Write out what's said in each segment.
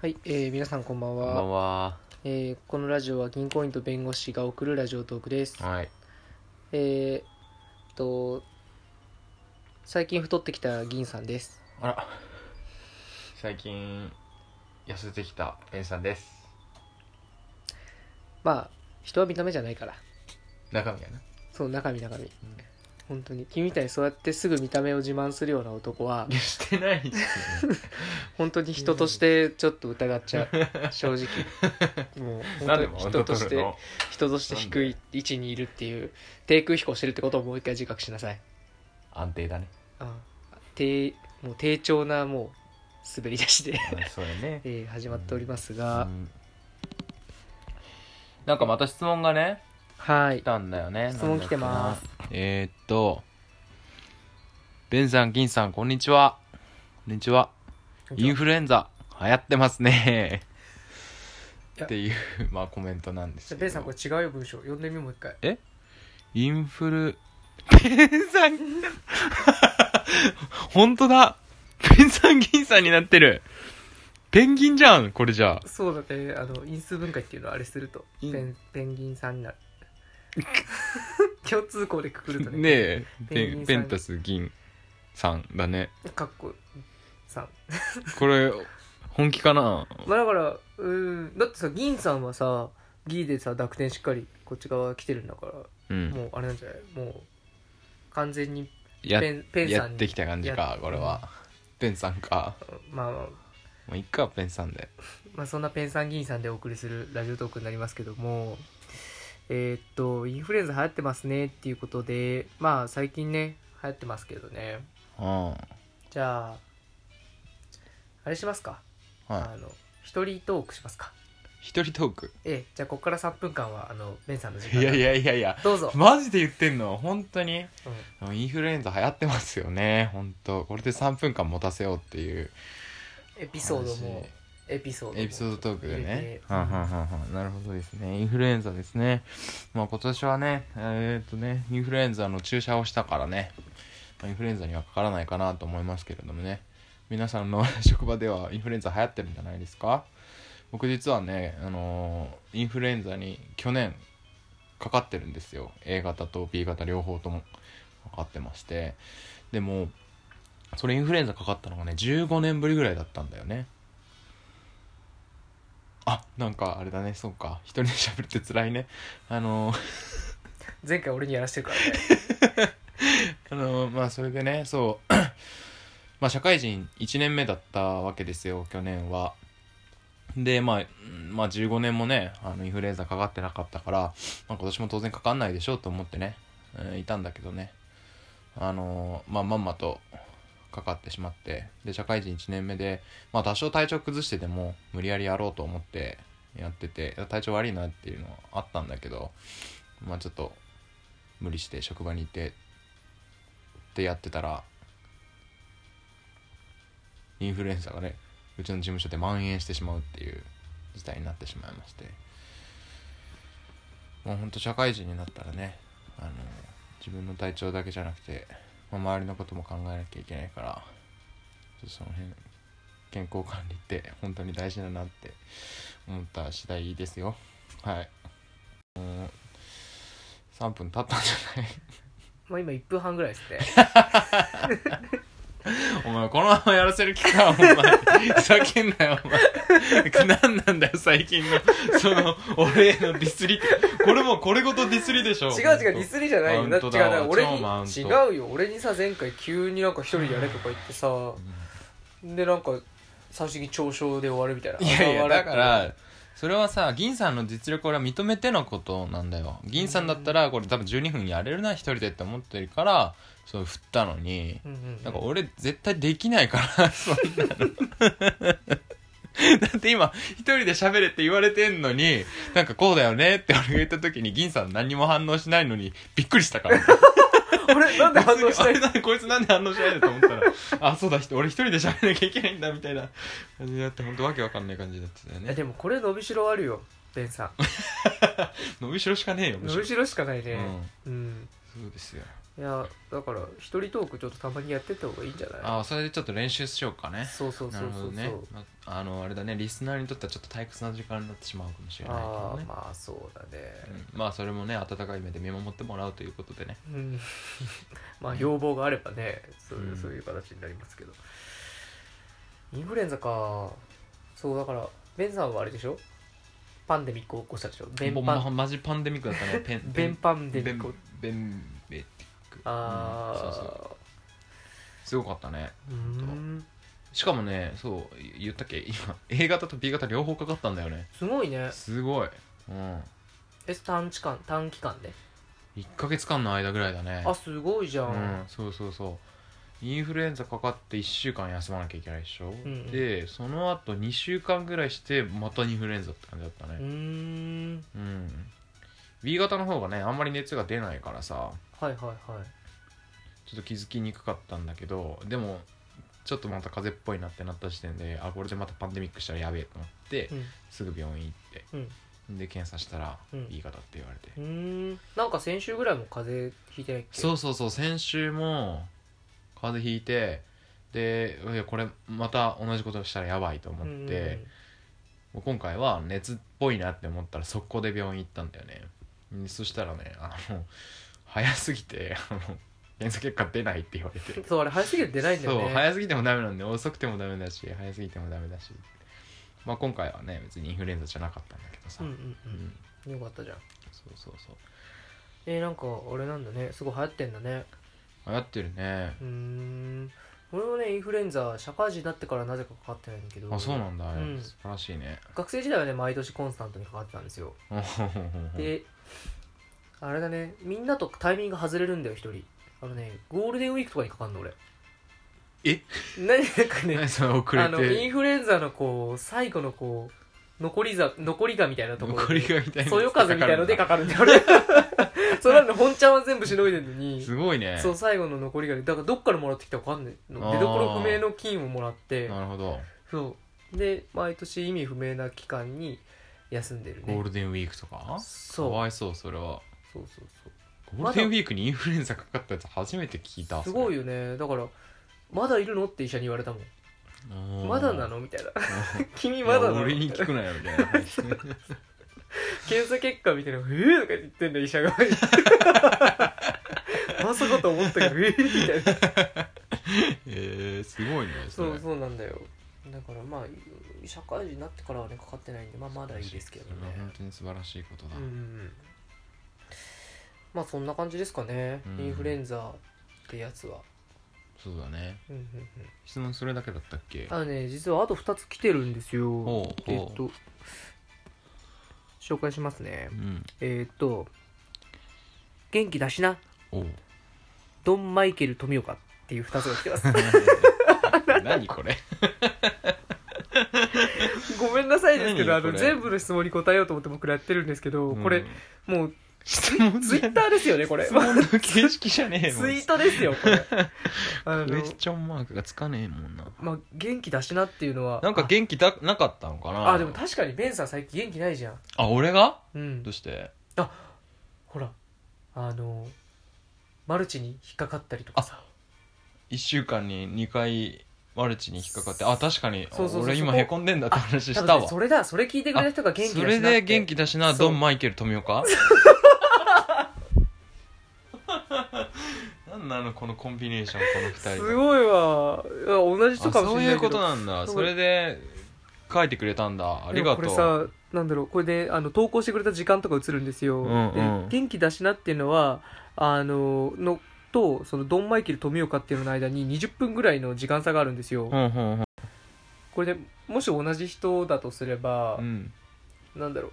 はい、えー皆さんこんばんこんはばんは。えーこのラジオは銀行員と弁護士が送るラジオトークですはい。えーっと最近太ってきた銀さんですあら。最近、痩せてきたペンさんです。まあ人は見た目じゃないから中身やな。その中身中身本当に君みたいにそうやってすぐ見た目を自慢するような男はしてないっすね本当に人としてちょっと疑っちゃう正直 もうなんで本当に人マウントと取しるての人として低い位置にいるっていう低空飛行してるってことをもう一回自覚しなさい安定だね。あ低もう低調なもう滑り出しで、 あ そうやね。えー始まっておりますうが、んなんかまた質問がね、は来いたんだよね。質問来てますなんだっけな。えー、っと、ペンさん、銀さん、こんにちは。こんにちは。インフルエンザ、流行ってますね。いやっていう、まあコメントなんですけど。ベンさんこれ違うよ文章読んでみもう一回インフル、ペンさん、 本当だ。ペンさん銀さんになってる。ペンギンじゃん、これじゃあ。そうだってあの因数分解っていうのはあれするとペ因ンペンギンさんにな る共通項でくくるとねねえ、ペンギペンさんンペンタス銀さんだね。かっこさんこれ、本気かなまあだからうーんだってさ銀さんはさギーでさ濁点しっかりこっち側来てるんだから、うん。もうあれなんじゃないもう完全にやペンペンさやんにってきた感じやか、これは。ペンさんか。まあまあもういっか、ペンさんで。まあ、そんなペンさん議員さんでお送りするラジオトークになりますけどもえーっとインフルエンザ流行ってますねっていうことでまあ最近ね流行ってますけどねうん。はじゃああれしますか、い。あの一人トークしますか一人トーク。ええじゃあここから3分間はあのベンさんの時い間やいやいやいや。どうぞ、マジで言ってんの本当うにんでもインフルエンザ流行ってますよね本当これで3分間持たせようっていうエピソードもエピソード話もエピソードトークでねうんはんはんはんはんなるほどですねインフルエンザですねまあ今年はねえーっとねインフルエンザの注射をしたからねまあインフルエンザにはかからないかなと思いますけれどもね皆さんの 職場ではインフルエンザ流行ってるんじゃないですか僕実はね、あのーインフルエンザに去年かかってるんですよ A 型と B 型両方ともかかってましてでもそれインフルエンザかかったのがね15年ぶりぐらいだったんだよねあなんかあれだねそうか一人で喋って辛いねあのー前回俺にやらしてるからねあのーまあそれでねそう まあ社会人1年目だったわけですよ去年はで、まあ、うんまあ15年もねあのインフルエンザかかってなかったから、まあ、今年も当然かかんないでしょうと思ってね、えーいたんだけどねあのーまあまんまとかかってしまってで社会人1年目で、まあ、多少体調崩してでも無理やりやろうと思ってやってて体調悪いなっていうのはあったんだけどまあちょっと無理して職場に行ってってやってたらインフルエンザがねうちの事務所で蔓延してしまうっていう事態になってしまいましてもうほんと社会人になったらねあの自分の体調だけじゃなくて、まあ周りのことも考えなきゃいけないからちょっとその辺健康管理って本当に大事だなって思った次第ですよはいもう3分経ったんじゃないまあ今1分半ぐらいですねお前、このままやらせる気か、お前。ふざけんなよ、お前。何なんだよ、最近の、その、俺へのディスリって。これも、これごとディスリでしょ。違う違うディスりじゃないよマだウっンて違トうだわだから俺超マウンにト違うよ俺にさ前回急になんか一人でやれとか言ってさでなんか最終的に嘲笑で終わるみたいないやいや、笑だってから、それはさ、銀さんの実力を俺は認めてのことなんだよ。銀さんだったら、これ多分12分やれるな、一人でって思ってるから、そう、振ったのに。うんうんうん なんか俺絶対できないから、そんな の。だって今、一人で喋れって言われてんのに、なんかこうだよねって俺が言った時に銀さん何にも反応しないのにびっくりしたから。あれなんで反応しあないれなんでこいつなんで反応しないんだと思ったら、あ、そうだ、ひと俺一人で喋らなきゃいけないんだみたいな感じになって、ほんとわけわかんない感じだったよいやね。でもこれ伸びしろあるよベンさん伸びしろしかねえよ、むし伸ろびしろしかないねうんうんそうですよ。いやだから一人トークちょっとたまにやってった方がいいんじゃないああそれでちょっと練習しようかねそうそうそなうるほそどうそう、ねまああのあれだねリスナーにとってはちょっと退屈な時間になってしまうかもしれないけあどあねまあそうだねうんまあそれもね温かい目で見守ってもらうということでねうんまあ要望があればねそううんそういう形になりますけど、インフルエンザかそうだからベンさんはあれでしょパンデミックを起こしたでしょベンもうパまンマジパンデミック だったねペンベンパンデミベッンクをベンベティックあうんあそうそうすごかったねうーんしかもねそうい言ったっけ今 A 型と B 型両方かかったんだよねすごいねすごいうんえ短期間短期間で、 1ヶ月間の間ぐらいだねあすごいじゃうんん、そうそうそうインフルエンザかかって1週間休まなきゃいけないでしょ、うんうんでその後2週間ぐらいしてまたインフルエンザって感じだったうーねんうん、B 型の方がねあんまり熱が出ないからさはいはいはいちょっと気づきにくかったんだけどでもちょっとまた風邪っぽいなってなった時点であこれでまたパンデミックしたらやべえと思って、うんすぐ病院行ってうんで検査したらうん B 型って言われて、うーんなんか先週ぐらいも風邪ひいてないっけそうそうそう先週も風邪ひいてでいやこれまた同じことしたらやばいと思うんうんっうんて、もう今回は熱っぽいなって思ったら速攻で病院行ったんだよねうんそしたらねあの早すぎてあの検査結果出ないって言われてそうあれ早すぎて出ないんだよねそう早すぎてもダメなんで遅くてもダメだし早すぎてもダメだしまあ今回はね別にインフルエンザじゃなかったんだけどさ、うんううんんうんよかったじゃんそうそうそうえー、なんかあれなんだねすごい流行ってんだね流行ってるねうーん俺もねインフルエンザ社会人になってからなぜかかかってないんだけどあそうなんだ、うん素晴らしいね学生時代はね毎年コンスタントにかかってたんですよ、であれだねみんなとタイミング外れるんだよ一人あのねゴールデンウィークとかにかかんの俺えななんかね 何それ遅あれのインてフルエンザのこう最後のこう残りざ残りがみたいなところ残りがみたいなそよ風みたいのでかかるんだよ 俺それなのに本ちゃんは全部しのいでるのにすごいねそう最後の残りがでだからどっからもらってきたかわかんないのあー出どころ不明の菌をもらってなるほどそうで毎年意味不明な期間に休んでるゴーねルデンウィークとかそうかわいそうそれはそうそうそうゴールデンウィークにインフルエンザかかったやつ初めて聞いたすごいよよねだからまだいるのって医者に言われたもんまだ なの みたいな君いまだなやの俺に聞くなよみたいな 検査結果みたいな「えー?」とか言ってんだ医者が まさかと思ったけど「えー?」みたいなえー、すごいねそそれうそうなんだよだからまあ社会人になってからはねかかってないんでまあまだいいですけどそれはね本当に素晴らしいことだ、うんまあそんな感じですかね、うんインフルエンザってやつは、そうだねうんうんうん、質問それだけだったっけあのね実はあと2つ来てるんですよほうえほっうと紹介しますねうんえっと「元気出しなお うドン・マイケル富岡」っていう2つが来てます 何これごめんなさいですけどあ何このれ全部の質問に答えようと思って僕らやってるんですけど、こうれんもう質問ツイッターですよねこれ 質問の形式じゃねえも んツイートですよこ れあクのエスチョンマークがつかねえもんなまあ元気出しなっていうのはなんか元気だなかったのかあなあでも確かにベンさん最近元気ないじゃんあ俺がうどんうしてほらあのマルチに引っかかったりとかさ1週間に2回マルチに引っかかってあ確かにそうそうそう俺今そこへこんでんだって話多し分たねわそれだそれ聞いてくれた人が元気出しそなれで元気気だしなそうドン・マイケル富 岡なんなのこのコンビネーションこの2人すごいわいや同じ人あかもしそうれないけどいうことなんだそうそれで書いてくれたんだありがとでもうこれさなんだろうこれであの投稿してくれた時間とか映るんですよ、うんうんで元気出しなっていうのはあののとそのドン・マイケル富岡っていうのの間に20分ぐらいの時間差があるんですよ、うんうんうんこれでもし同じ人だとすれば、うんなんだろう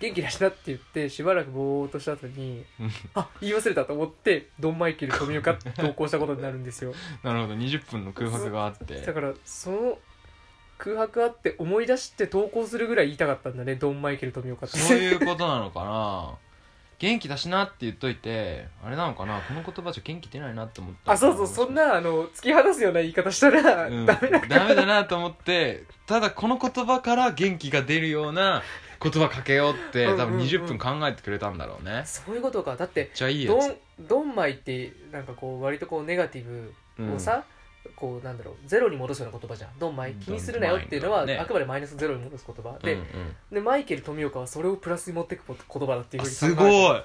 元気出しなって言ってしばらくぼーっとした後にうんあ言い忘れたと思ってドン・マイケル富岡って投稿したことになるんですよなるほど20分の空白があっだてからその空白あって思い出して投稿するぐらい言いたかったんだねドン・マイケル富岡ってそういうことなのかな元気だしなって言っといてあれなのかなこの言葉じゃ元気出ないなって思っ たあそうそうそんなあの突き放すような言い方したら、うんダメだダメだなと思ってただこの言葉から元気が出るような言葉かけようってうんうん多うん分20分考えてくれたんだろうねそういうことかだっめってちゃいいやドンドンマイってなんかこう割とこうネガティブつ、うんをさ、こうなんだろうゼロに戻すような言葉じゃんドンマイうん気にするなよっていうのは、ドンマイだねあくまでマイナスゼロに戻す言葉うんで,、うんでマイケル富岡はそれをプラスに持っていく言葉だっていうあふうにす考えごたい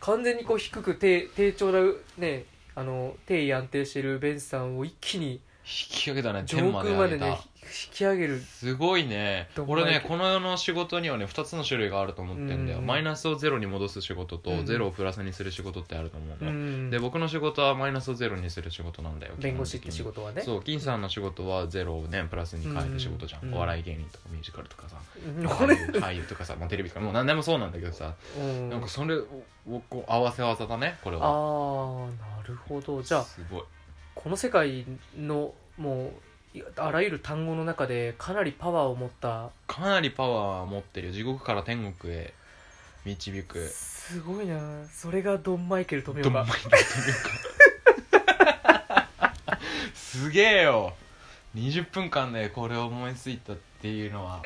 完全にこう低く低低調なねあの低位安定してるベンさんを一気に引き上げたね上天まで空ま上でげねた引き上げるすごいねドンマイ俺ねこの世の仕事にはね2つの種類があると思ってんだよ、うんマイナスをゼロに戻す仕事と、うんゼロをプラスにする仕事ってあると思ううの、んで僕の仕事はマイナスをゼロにする仕事なんだよ弁護士って基仕本事はね的にそう金さんの仕事はゼロをねプラスに変える仕事じゃうん、んお笑い芸人とかミュージカルとかさ、うんこ俳れ 優俳優とかさ、まあ、テレビとかもう何でもそうなんだけどさ、うんなんかそれをこう合わせ技だねこれあはーなるほどじゃあすごいこの世界のもういあらゆる単語の中でかなりパワーを持ったかなりパワーを持ってるよ地獄から天国へ導くすごいなそれがドン・マイケル富ドンマイ岡ケル富岡 すげえよ20分間でこれを思いついたっていうのは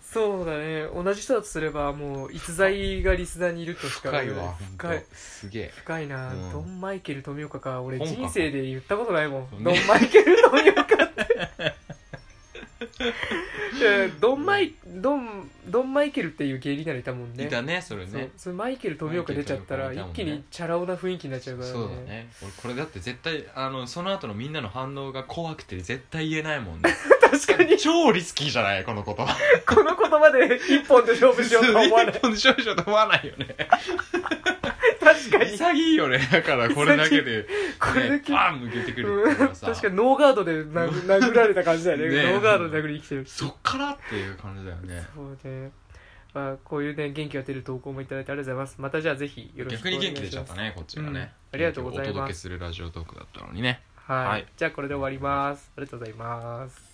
そうだね同じ人だとすればもう逸材がリスナーにいるとしか深いわ深い本当すげえ深いな、うんドン・マイケル富岡か俺本か人生で言ったことないもん、ねドン・マイケル富岡って いやドンマイドンドンマイケルっていう芸人ならいたもんねいたねそれそうねそれマイケル富岡出ちゃったらマイケ一気ル富岡いたもんねにチャラ男な雰囲気になっちゃうからねそうだね俺これだって絶対あのその後のみんなの反応が怖くて絶対言えないもんね 確かに超リスキーじゃないこの言葉この言葉で一本で勝負しようとは思わ ない一本で勝負しようと思わないよね確かに潔いよねだからこれだ けで、ね、これだけ、バーン抜けてくるうっん、ていうのはさ確かにノーガードで殴殴られた感じだよねねノーガードで殴りに来てるそっからっていう感じだよねそうね、まあ、こういうね元気が出る投稿もいただいてありがとうございますまたじゃあぜひよろしくお逆願いにします元気出ちゃったねこっちがね、うんありがとうございます元気をお届けするラジオトークだったのにねはい、はいじゃあこれで終わりますありがとうございます